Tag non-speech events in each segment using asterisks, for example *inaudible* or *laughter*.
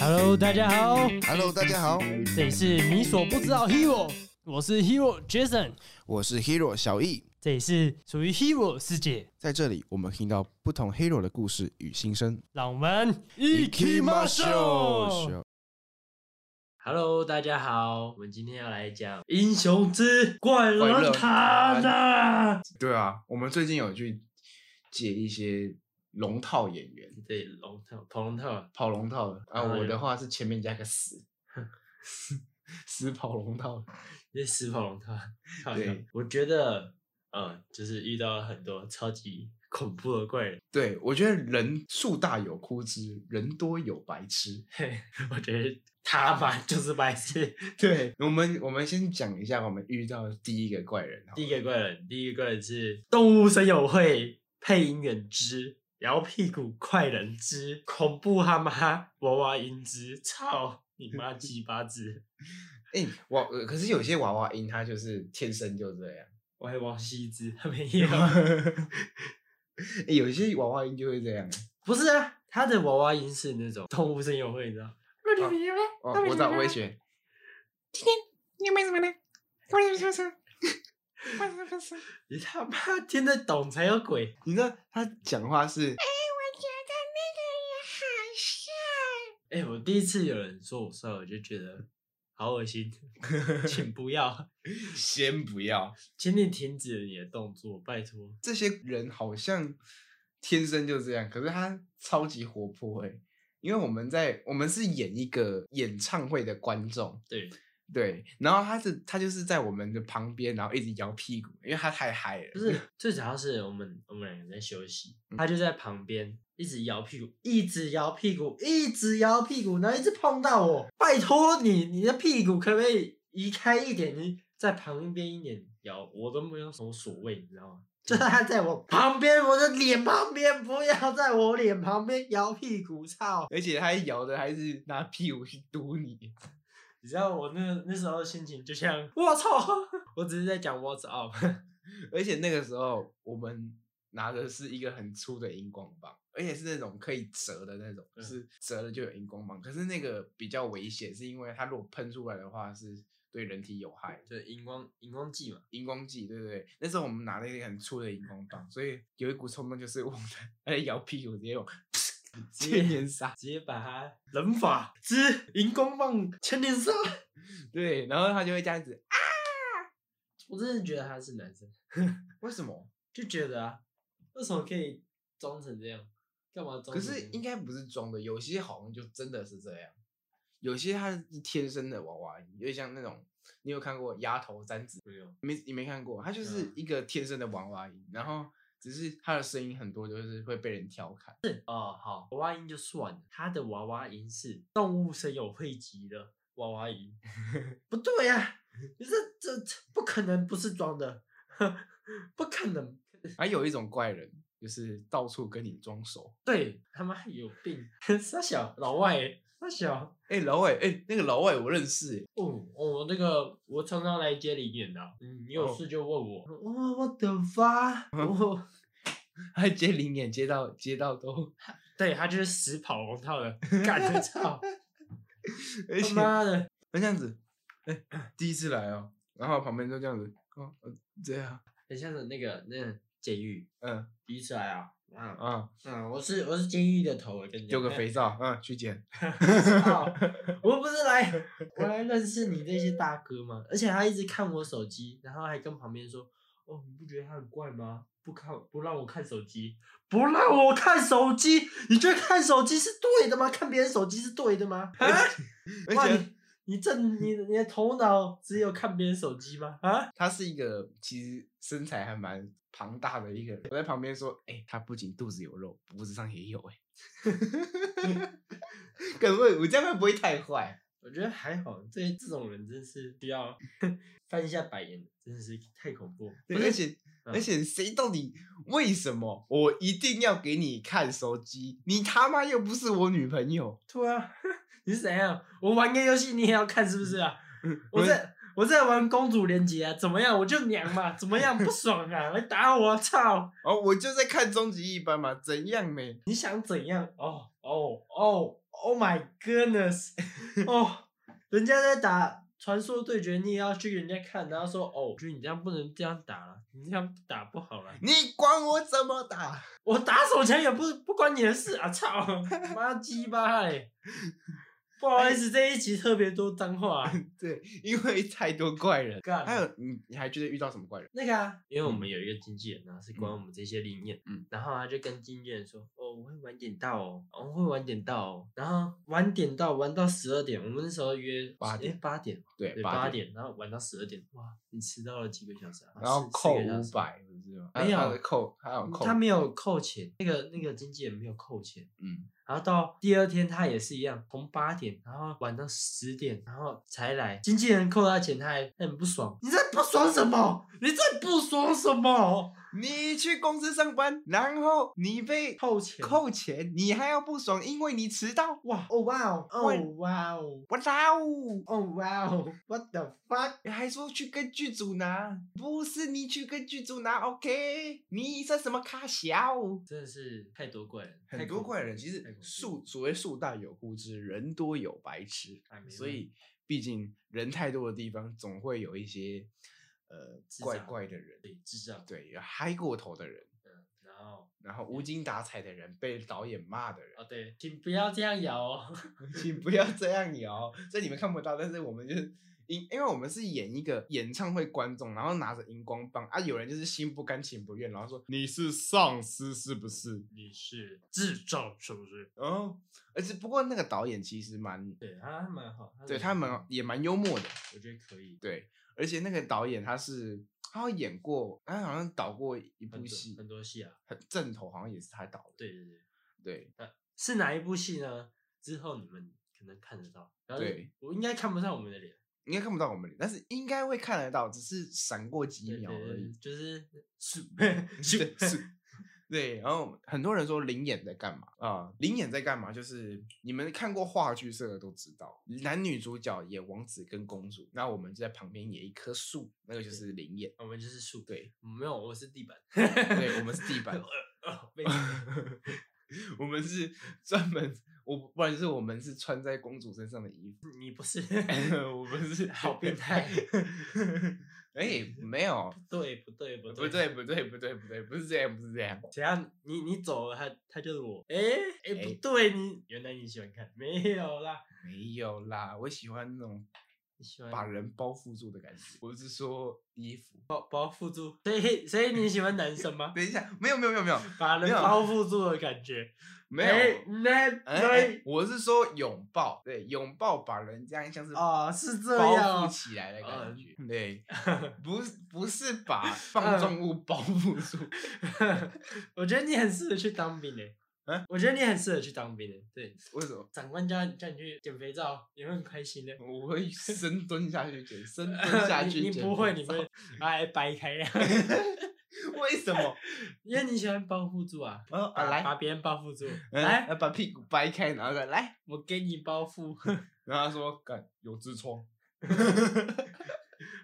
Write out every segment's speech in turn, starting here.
Hello，大家好， *laughs* Hello，大家好，这里是你所不知道 Hero，我是 Hero Jason，我是 Hero 小易，这里是属于 Hero 世界，在这里我们听到不同 Hero 的故事与心声。让我们一起马秀。Hello，大家好，我们今天要来讲《英雄之怪啊人塔》的，对啊，我们最近有去接一些龙套演员，对，龙套，跑龙套，跑龙套的啊。哎呦我的话是前面加个死， *laughs* 死死跑龙套。这是跑龙套。靠对腰我觉得，嗯，就是遇到了很多超级恐怖的怪人，对，我觉得人树大有枯枝，人多有白痴。嘿，我觉得他嘛就是白痴。对我们，我们先讲一下我们遇到的第一个怪人好了。第一个怪人，第一个怪人是动物森友会配音员之摇屁股快人之恐怖哈妈娃娃音之，操你妈鸡巴之，哎、娃、呃可是有些娃娃音它就是天生就这样。我还王羲之，没 *laughs* 有，欸哎有些娃娃音就会这样。不是啊，他的娃娃音是那种动物森友会，你知道？哦，我找我也选。你他妈听得懂才有鬼， *laughs* 你知道他讲话是，哎、我第一次有人说我帅，我就觉得好恶心，请不要， *laughs* *laughs* 先不要。请你停止你的动作，拜托。这些人好像天生就这样，可是他超级活泼哎、因为我们在我们是演一个演唱会的观众，对，对，然后他是他就是在我们的旁边，然后一直摇屁股，因为他太嗨了。 *laughs* 不是，最主要是我们我们两个在休息，他就在旁边一直摇屁股，一直摇屁股，一直摇屁股，然后一直碰到我。拜托你，你的屁股可不可以移开一点？你在旁边一点摇，我都没有什么所谓，你知道吗？就是他在我旁边，我的脸旁边，不要在我脸旁边摇屁股，操！而且他一摇的还是拿屁股去堵你，你知道我那那时候的心情就像，我操！ *laughs* 我只是在讲 What's up，而且那个时候我们拿的是一个很粗的荧光棒，而且是那种可以折的那种，嗯就是折了就有荧光棒。可是那个比较危险，是因为它如果喷出来的话是对人体有害的。就荧光荧光剂嘛。荧光剂，对不对？那时候我们拿了一个很粗的荧光棒，所以有一股冲动就是我 *laughs* 们在摇屁股，直接用直接 *laughs* 碾杀。直接把他人法之荧光棒千年杀。 *laughs* 对，然后他就会这样子。我真的觉得他是男生，为什么？就觉得啊，为什么可以装成这样？干嘛装成可这样？是应该不是装的，有些好像就真的是这样，有些它是天生的娃娃音，有点像那种你有看过丫头三子？没有，没你没看过，它就是嗯一个天生的娃娃音，然后只是它的声音很多就是会被人调侃。哦，好，娃娃音就算了，他的娃娃音是动物声友汇集的娃娃 *laughs* 音，不对呀、你这这这不可能不是装的，不可能，还有一种怪人，就是到处跟你装熟。对他妈有病， *laughs* 傻小老外，傻小。哎、老外，哎、那个老外我认识、欸，哦，我、那个我常常来街里演的、嗯，你有哦事就问我。哦，我的发， *laughs* 我他接零点接到接 *laughs* 到都，对他就是死跑龙套 *laughs* 的，干得操，而他且妈的，那这样子，哎、第一次来哦、然后旁边都这样子，哦，呃这样，很像是那个那个监狱嗯第一次来啊，嗯啊。嗯，我是我是监狱的头，我跟你讲丢 *laughs* 个肥，皂，嗯，去捡。操 *laughs* 我不是来我来认识你这些大哥吗？而且他一直看我手机，然后还跟旁边说，哦，你不觉得他很怪吗？不看不让我看手机，不让我看手机，你觉得看手机是对的吗？看别人手机是对的吗？啊，而哇且你你这你你的头脑只有看别人手机吗？啊，他是一个其实身材还蛮庞大的一个人。我在旁边说，哎、他不仅肚子有肉，脖子上也有、 *laughs* 欸，哎，可会我这样会不会太坏？我觉得还好，这这种人真是需要 *laughs* 翻一下白眼，真的是太恐怖。对不是而且、嗯而且谁到底为什么我一定要给你看手机？你他妈又不是我女朋友。 *laughs* 嗯对啊，你是怎样？我玩个游戏你也要看是不是啊？我我在我在玩公主连结啊，怎么样？我就娘嘛，怎么样？不爽啊，来打我啊！操，哦，我就在看终极一班嘛，怎样呢？你想怎样？哦哦哦，Oh my goodness！哦，人家在打传说对决，你也要去人家看，然后说哦，觉得你这样不能这样打了，你这样打不好了。你管我怎么打？ *laughs* 我打手枪也不不关你的事啊！操，妈鸡巴 *laughs* 嘞！不好意思，这一集特别多脏话、啊。对，因为太多怪人。干还有，你你还觉得遇到什么怪人？那个啊，因为我们有一个经纪人啊，是管我们这些理念，嗯然后他就跟经纪人说，哦，我会晚点到哦，哦我会晚点到哦，然后晚点到玩到十二点，我们那时候约八诶点八点，对，对八八。点，然后玩到十二点，哇，你迟到了几个小时啊？然后四扣四个小时五百，不是吗？没有他的扣，他有嗯扣，他没有扣钱，那个那个经纪人没有扣钱。嗯，然后到第二天，他也是一样，从八点然后晚到十点，然后才来。经纪人扣他钱，他还很不爽。你在不爽什么？你在不爽什么？你去公司上班，然后你被扣钱扣钱，你还要不爽，因为你迟到。哇，哦哇哦，喂哦哇哦，我操！哦哇哦，What the fuck？你还说去跟剧组拿，不是你去跟剧组拿，OK？你在什么卡小？真的是太多怪人，很多怪人，其太恐实怖树所谓树大有枯枝，人多有白痴哎没，所办以毕竟人太多的地方，总会有一些呃智怪障怪的人，对智障，对，有嗨过头的人，嗯，然后然后无精打采的人，被导演骂的人，哦对，请不要这样摇哦， *laughs* *laughs* 请不要这样摇。所以你们看不到，但是我们就是因因为我们是演一个演唱会观众，然后拿着荧光棒啊，有人就是心不甘情不愿，然后说你是丧尸是不是？你是智障是不是？哦，而且不过那个导演其实蛮。对他还蛮好，对人他们也蛮幽默的，我觉得可以，对，而且那个导演他是他好像演过，他好像导过一很部多戏，很多戏啊，很正头好像也是他导的。对对对，对，是哪一部戏呢？之后你们可能看得到，然后对我应该看不上我们的脸，应该看不到我们脸，但是应该会看得到，只是闪过几对秒对而对，已。就是是 *laughs* *laughs* 对是是，对。然后很多人说灵演在干嘛啊？灵、演在干嘛？就是你们看过话剧社的都知道，男女主角演王子跟公主，那我们就在旁边演一棵树，那个就是灵演。 *laughs* 我们就是树，对，没有，我是地板， *laughs* 对，我们是地板。哦被你讲我们是专门，我不然就是我们是穿在公主身上的衣服， *laughs* 你不是 *laughs* *laughs* 我们是好变态 *laughs* 哎、没有，对不对不对不对，不对，不对，不对，不是这样，不是这样。怎样？你你走了，他他就是我。哎、哎、哎不对，你原来你喜欢看，没有啦，没有啦，我喜欢那种你喜把欢人包覆住的感觉。我是说衣服。包包覆住，所以所以你喜欢男生吗？等一下，没有，没有，没有，没 *laughs* 有，把人没有包覆住的感觉，没哎有。那哎、那哎我是说拥抱，对，拥抱把人这样像是哦，是这包样覆哦。起来的呃感觉， *laughs* 对，不是不是把嗯放纵物包覆住， *laughs* 我觉得你很适合去当兵诶、啊我觉得你很适合去当兵诶、对，为什么？长官叫你叫你去减肥皂，你会很开心的。我会深蹲下去捡， *laughs* 深蹲下去你你捡不会，肥你皂会哎掰 *laughs* 开，为 *laughs* 什么？因为你喜欢包覆住啊，呃，把啊、来，把别人包覆住，嗯来，把屁股掰开，然后再来。我给你包覆， *laughs* 然后他说：“干，有痔疮，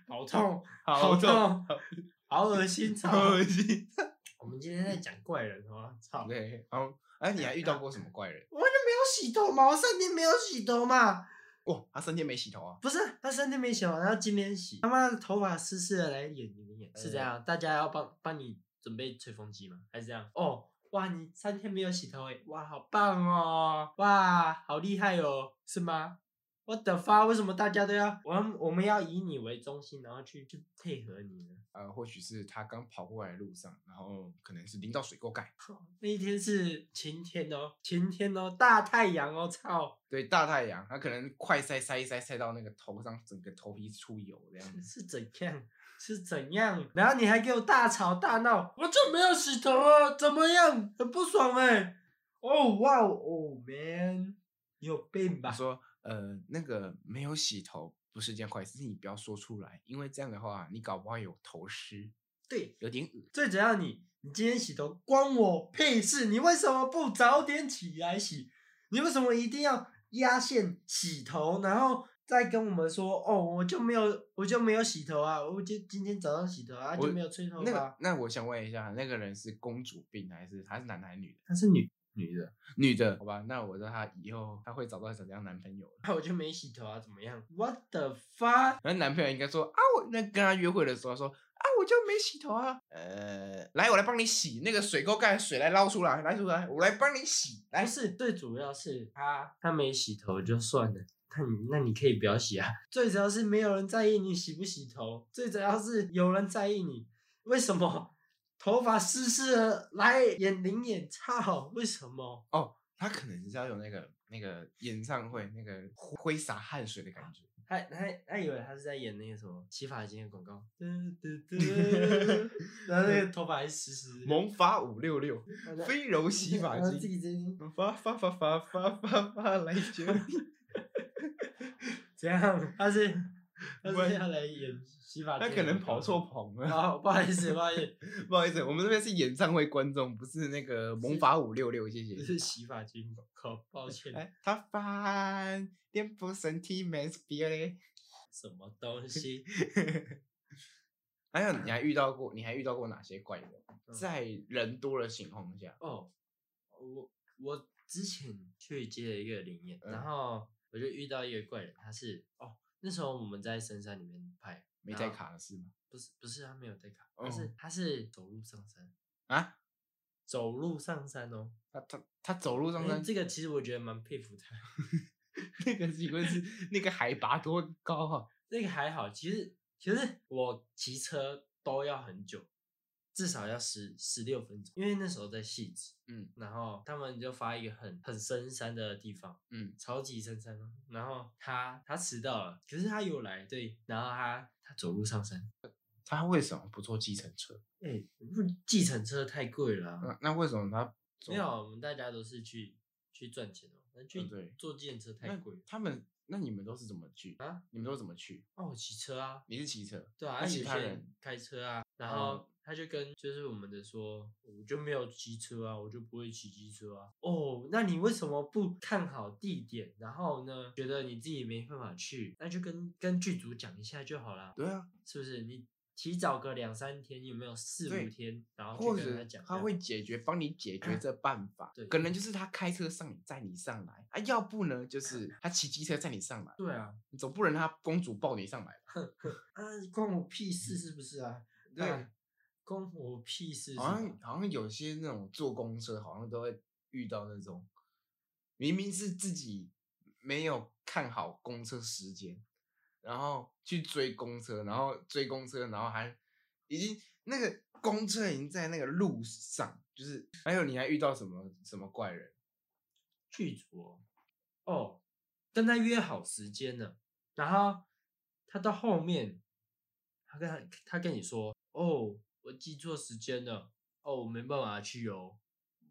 好痛，好痛痛， *laughs* *laughs* 好恶心，操！好恶心。我们今天在讲怪人，好吗？”操！我对，然后哎，你还遇到过什么怪人？就没有洗头嘛，我三天没有洗头嘛， *laughs* 哇，他三天没洗头啊？不是他三天没洗头，然后今天洗，他妈的头发湿湿的来演你演，是这样，大家要帮帮你准备吹风机吗？还是这样？哦，哇，你三天没有洗头诶、欸哇，好棒哦，哇，好厉害哦，是吗？我的发，为什么大家都要我们我们要以你为中心，然后去去配合你呢？呃，或许是他刚跑过来的路上，然后可能是淋到水沟盖。哦那一天是晴天哦，晴天哦，大太阳哦，操！对，大太阳，他可能快晒晒一晒，晒到那个头上，整个头皮出油这样子。是怎样？是怎样？然后你还给我大吵大闹，我就没有洗头啊，怎么样？很不爽哎、哦哇哦哦 man，你有病他吧？说：“呃，那个没有洗头不是件坏事，你不要说出来，因为这样的话，你搞不好有头湿，对，有点恶。最主要你，你今天洗头关我屁事！你为什么不早点起来洗？你为什么一定要压线洗头，然后在跟我们说哦，我就没有，我就没有洗头啊，我就今天早上洗头啊，我就没有吹头那发个。那我想问一下，那个人是公主病还是他是男的还是女的？她是女，女的，女的，好吧，那我知道她以后她会找到怎样男朋友了。那我就没洗头啊，怎么样？What the fuck？然后男朋友应该说啊，我那跟她约会的时候说啊，我就没洗头啊，呃，来，我来帮你洗那个水沟盖水来捞出来，来出来，我来帮你洗，来不，是，最主要是她她没洗头就算了。那你那你可以不要洗啊， *laughs* 最主要是没有人在意你洗不洗头，最主要是有人在意你，为什么？头发湿湿的来演灵演操，为什么？他可能是要有那个那个演唱会那个挥洒汗水的感觉。他他他以为他是在演那个什么洗发精的广告，嘟嘟嘟 *laughs* 然后那个头发还是湿湿的，萌发五六六，然后飞柔 *laughs* 洗发然后自精，己在那边发发发发发发发来接 *laughs* 你。怎样？他 *laughs* 是他不然是要来演洗发精的广告，他可能跑 *laughs* 错棚了，啊，不好意思，不好意思， *laughs* 不好意思，我们这边是演唱会观众，不是那个萌是发五六六，谢谢这。是洗发精广告，抱歉，哎，他翻脸不身体 man's b e a u y 什么东西？还哎有，你还遇到过，你还遇到过哪些怪人？嗯在人多的情况下，哦，我我之前去接了一个灵验，嗯然后我就遇到一个怪人，他是哦，那时候我们在深山里面拍，没然带后卡的是吗？不是不是他没有带卡，哦但是他是走路上山，啊，走路上山哦。他他他走路上哎山，这个其实我觉得蛮佩服他，那个请问是那个海拔多高啊？那个还好。其实其实我骑车都要很久，至少要十十六分钟，因为那时候在戏子，嗯，然后他们就发一个很很深山的地方，嗯，超级深山哦。然后他他迟到了，可是他有来，对，然后他他走路上山。他为什么不坐计程车？哎、计程车太贵了啊、那那为什么他走没有，我们大家都是去去赚钱哦，那去嗯对坐电车太那贵了他们那你们都是怎么去？啊。你们都怎么去？哦，我骑车啊，你是骑车？对啊，那啊其有他些人开车啊，然哦后他就跟就是我们的说，我就没有骑车啊，我就不会骑机车啊。哦，那你为什么不看好地点，然后呢，觉得你自己没办法去，那就跟跟剧组讲一下就好啦，对啊，是不是？你提早个两三天，有没有四对五天，然后或去跟他者讲，他会解决，帮你解 *clears throat* 决这办法。对嗯可能就是他开车上你载你上来啊，要不呢就是他骑机车载你上来，对啊，你总不能他公主抱你上来吧？啊，关我屁事是不是啊？嗯对啊，关我屁事是好吧，像好像有些那种坐公车，好像都会遇到那种明明是自己没有看好公车时间，然后去追公车，然后追公车，然后还已经那个公车已经在那个路上，就是还有你还遇到什么什么怪人？剧组哦哦，跟他约好时间了，然后他到后面，他跟他他跟你说，哦，我记错时间了，哦，我没办法去哦。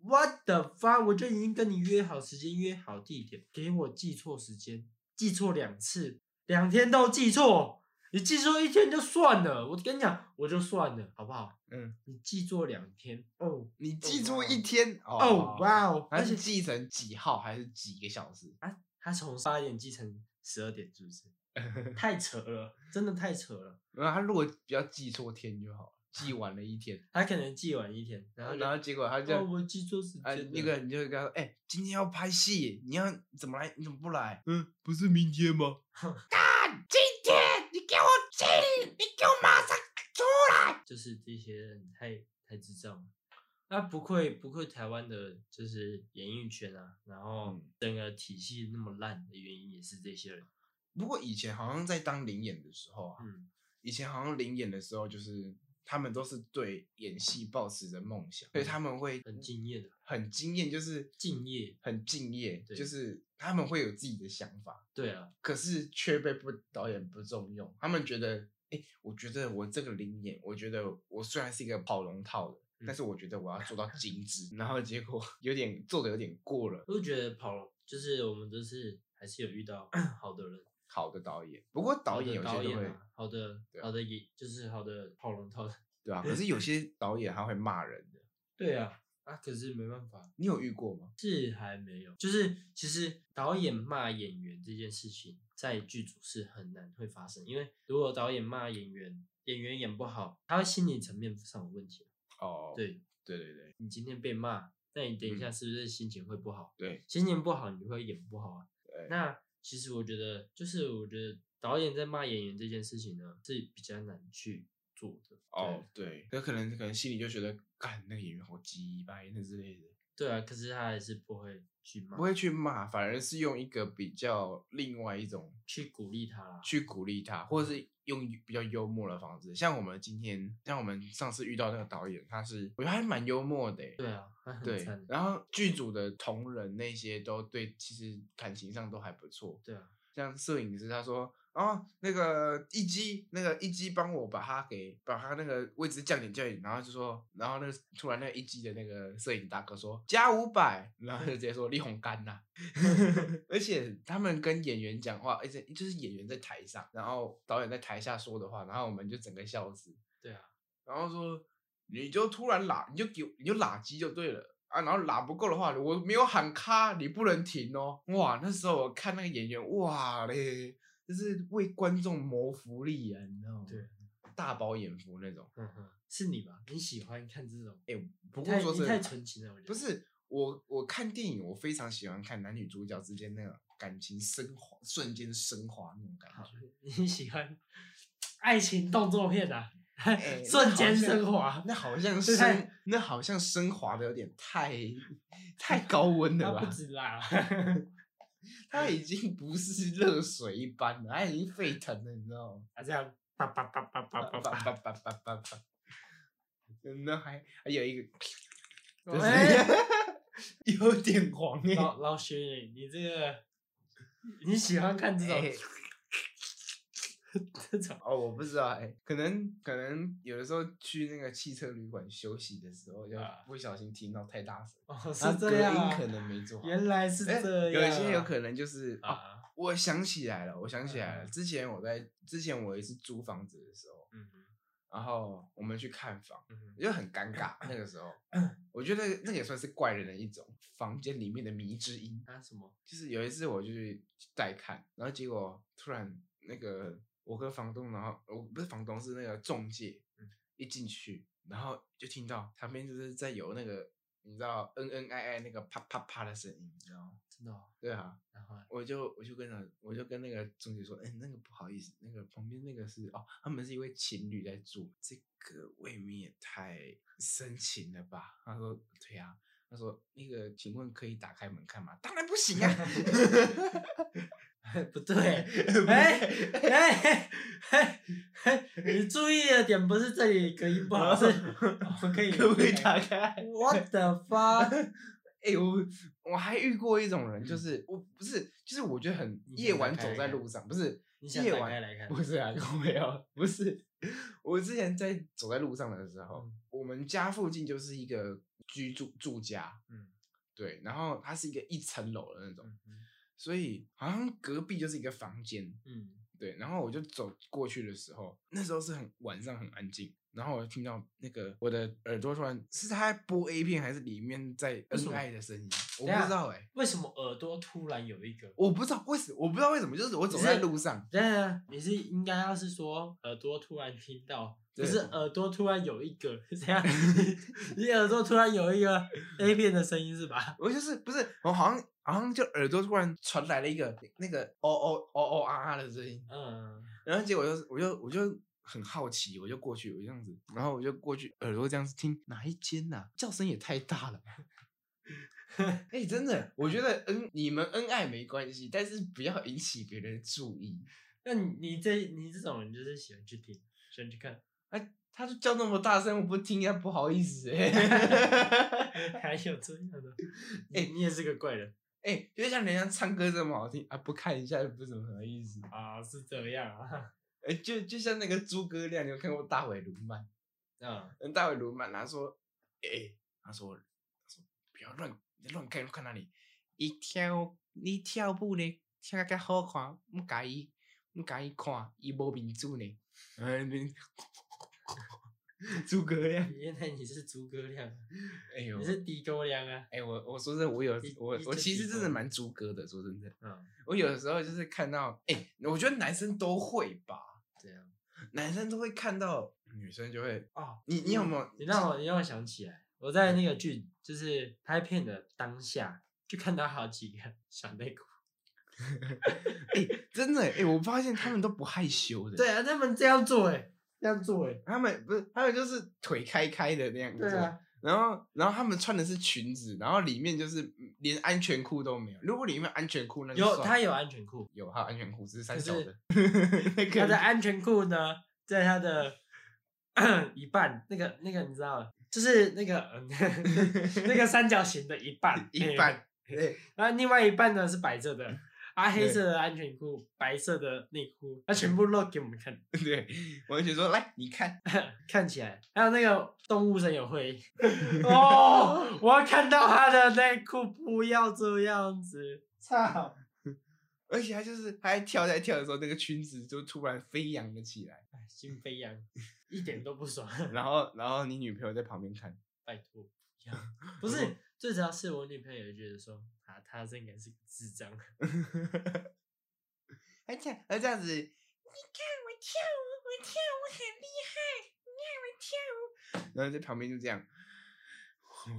What the fuck！我就已经跟你约好时间，约好地点，给我记错时间，记错两次，两天都记错。你记错一天就算了，我跟你讲，我就算了，好不好？嗯，你记错两天，哦你记住哇一天哦哦，哇哦，还而且是记成几号还是几个小时？啊，他从八点记成十二点，是不是？ *laughs* 太扯了，真的太扯了。然后他如果不要记错天就好了，记晚了一天，他可能记晚一天，然后然后就结果他就哦，我记错时间哎，了。那个你就会跟他说，哎、今天要拍戏，你要怎么来？你怎么不来？嗯，不是明天吗？ *laughs* 干，今天你给我进，你给我马上出来！就是这些人太太智障了。那不愧不愧台湾的，就是演艺圈啊，然后嗯整个体系那么烂的原因也是这些人。不过以前好像在当灵演的时候啊，嗯，以前好像灵演的时候，就是他们都是对演戏抱持着梦想，所以他们会嗯很敬业的，很惊艳，就是敬业很敬业，对就是他们会有自己的想法。对啊，可是却被不导演不重用。他们觉得，哎、我觉得我这个灵眼，我觉得我虽然是一个跑龙套的，但嗯是我觉得我要做到精致，然后结果有点做的有点过了。我就觉得跑了，就是我们都是还是有遇到 *coughs* 好的人，好的导演，不过好导演的有导些都演会，啊，好的对啊好的也就是好的跑龙套的。 *laughs* 对啊，可是有些导演他会骂人的，对啊，啊，可是没办法，你有遇过吗？是还没有，就是其实导演骂演员这件事情在剧组是很难会发生，因为如果导演骂演员，演员演不好，他会心理层面上有问题。哦，对对对对你今天被骂，那你等一下嗯是不是心情会不好？对心情不好，你会演不好啊。对，那其实我觉得，就是我觉得导演在骂演员这件事情呢，是比较难去做的。哦对，那可能可能心里就觉得，干那个演员好鸡掰那之类的，对，对啊，可是他还是不会去骂，不会去骂，反而是用一个比较另外一种去鼓励他啦。去鼓励他，或者是用比较幽默的方式。像我们今天，像我们上次遇到那个导演，他是我觉得还蛮幽默的欸。对啊，他很对惨，。然后剧组的同仁那些都对，其实感情上都还不错。对啊，像摄影师他说，哦，那个一击，那个一击帮我把他给把他那个位置降点降点，然后就说，然后那个突然那个一击的那个摄影大哥说加五百，然后就直接说力宏干呐、 *laughs* 而且他们跟演员讲话，而且就是演员在台上，然后导演在台下说的话，然后我们就整个笑死，对啊，然后说你就突然拉，你就给我你就拉鸡就对了啊，然后拉不够的话，我没有喊咔，你不能停哦。哇，那时候我看那个演员，哇嘞，就是为观众谋福利啊，你知道吗？对，大饱眼福那种。哼哼，是你吧？你喜欢看这种？哎、嗯不你过太说你太是纯情了，我觉得不是我我看电影，我非常喜欢看男女主角之间那个感情升华，瞬间升华那种感好觉。你喜欢爱情动作片啊？ *laughs* 哎瞬间升华，那好像这太升，那好像升华的有点太 *laughs* 太高温了那吧不？止啦， *laughs* 它已经不是热水一般了，它已经沸腾了，你知道吗？啊这样叭叭叭叭叭叭叭。，叭叭叭叭叭，那还还有一个就是哎 *laughs* 哦有点黄哎、老老徐，你这个你喜欢看这种、哎这种？哦，我不知道哎、可能可能有的时候去那个汽车旅馆休息的时候，就啊不小心听到太大声，哦，然是后这隔样音啊，可能没做好。原来是哎这样啊、有一些有可能就是哦啊，我想起来了，我想起来了，嗯之前我在之前我一次租房子的时候，嗯哼然后我们去看房，嗯哼就很尴尬。那个时候，嗯我觉得那个也算是怪人的一种，房间里面的迷之音。啊什么？就是有一次我就去带看，然后结果突然那个我跟房东，然后我不是房东是那个中介嗯，一进去，然后就听到旁边就是在有那个你知道恩恩爱爱那个啪啪啪的声音，你知道吗？真的、哦？对啊，然后呢我就我就跟他，我就跟那个中介说，哎、那个不好意思，那个旁边那个是哦，他们是一位情侣在住，这个未免也太深情了吧？他说，对呀、他说那个，请问可以打开门看吗？当然不行啊！哎 *laughs* 不 *laughs* 对，哎哎哎哎，你注意的点不是这里隔音不好，是我 *laughs* 可以哦啊可不可以打开？ ？What the *laughs* fuck？哎、我我还遇过一种人，就是我不是，就是我觉得很你夜想打晚开走来在看路上，不是你想夜打晚开来看？ *laughs* 不是啊，我没有，不是。我之前在走在路上的时候，嗯我们家附近就是一个居住住家，嗯对，然后它是一个一层楼的那种，嗯哼所以好像隔壁就是一个房间，嗯，对，然后我就走过去的时候，那时候是很晚上很安静，然后我就听到那个我的耳朵突然是他在播 A 片还是里面在为什恩么爱的声音，我等不下知道哎、为什么耳朵突然有一个？我不知道为什我不知道为什么，就是我走你在是路上，对啊，你是应该要是说耳朵突然听到，不对嗯是耳朵突然有一个这样，你耳朵突然有一个 A 片的声音是吧？我就是不是我好像好像就耳朵突然传来了一个那个哦哦哦哦啊啊的声音，嗯，然后结果就是我就我就很好奇，我就过去，我就这样子，然后我就过去耳朵这样子听哪一间呐、叫声也太大了。 *laughs* 哎、真的，我觉得恩你们恩爱没关系，但是不要引起别人的注意。那你你这你这种人就是喜欢去听，喜欢去看，哎、他就叫那么大声，我不听，啊，不好意思、欸。 *laughs* 还有这样的，哎哎、你也是个怪人 *laughs* 哎、就像人家唱歌这么好听啊，不看一下就不是什么意思。啊，是这样啊，哎、就就像那个诸葛亮，你有看过大尾鲈鳗？ *laughs* 嗯，嗯，大卫鲁曼他说，哎、他说，他说不要乱，你乱看乱看那里，伊跳你跳舞呢，跳个较好看，唔介意，唔介意看，伊无面子呢，哎，你 *laughs* 诸葛亮，原来你是诸葛亮， *laughs* 哎呦你，是狄公亮啊。哎，我我说真的，我有一我一我只其实鸡真的公蛮诸葛的，说真的，嗯，我有的时候就是看到，哎，我觉得男生都会吧，这样。男生都会看到女生就会，哦，你你有没有？你让我你让我想起来，我在那个剧就是拍片的当下，就看到好几个小内裤。哎，真的哎，我发现他们都不害羞的，对，啊，他们这样做哎、这样做哎、他们不是，他们就是腿开开的那样子，对啊，然后，然后他们穿的是裙子，然后里面就是嗯连安全裤都没有。如果里面有安全裤，那就有算他了有安全裤，有他有安全裤，只是三可小是的。那 *laughs* 他的个安全裤呢，在他的 *coughs* 一半，那个那个你知道，就是那个、 *laughs* 嗯那个三角形的一 *laughs* 半，一哎半，对，然后另外一半呢是白色的，啊，黑对色的安全裤，白色的内裤，他全部露给我们看，对，完全说来，你看，看起来还有那个动物森友 *laughs* 会，哦，我要看到他的内裤，不要这样子，操，而且他就是他在跳在跳的时候，那个裙子就突然飞扬了起来。哎心飞扬，一点都不爽，然后，然后你女朋友在旁边看，拜托不 *laughs* 要，不是，最主要是我女朋友也觉得说，啊，他这应该是个智障， *laughs* *laughs* 而且而这样子，你看我跳舞，我跳舞很厉害，你看我跳舞，然后在旁边就这样，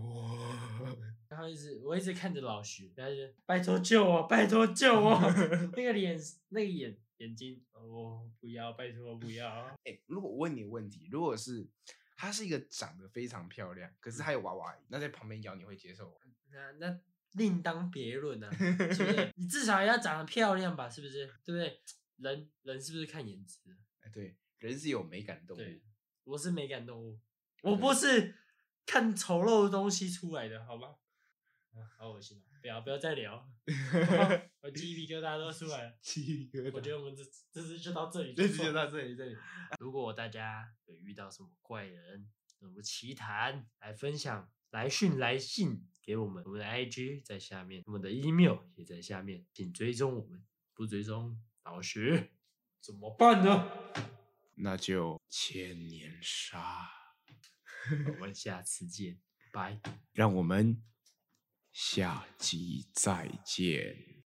哇。然后一直我一直看着老徐，然后就拜托救我，拜托救我， *laughs* 那个脸那个眼眼睛，哦我不要，拜托不 *laughs* 要，哎、如果我问你个问题，如果是她是一个长得非常漂亮，可是她有娃娃，那在旁边咬你会接受吗？那那另当别论啊，是 *laughs* 不是？你至少要长得漂亮吧，是不是？对不对？人人是不是看颜值？哎，对，人是有美感的动物对。，我是美感动物，嗯我不是看丑陋的东西出来的，好吗？啊好恶心啊！不要不要再聊， *laughs* 我我鸡皮疙瘩都出 *laughs* 来了。鸡皮疙我觉得我们这这次就到这里，这次就到这里，这里。如果大家有遇到什么怪人、什么奇谈，来分享、来讯、来信给我们，我们的 IG 在下面，我们的 email 也在下面，请追踪我们，不追踪老徐怎么办呢？那就千年杀，我们下次见，拜。让我们下集再见。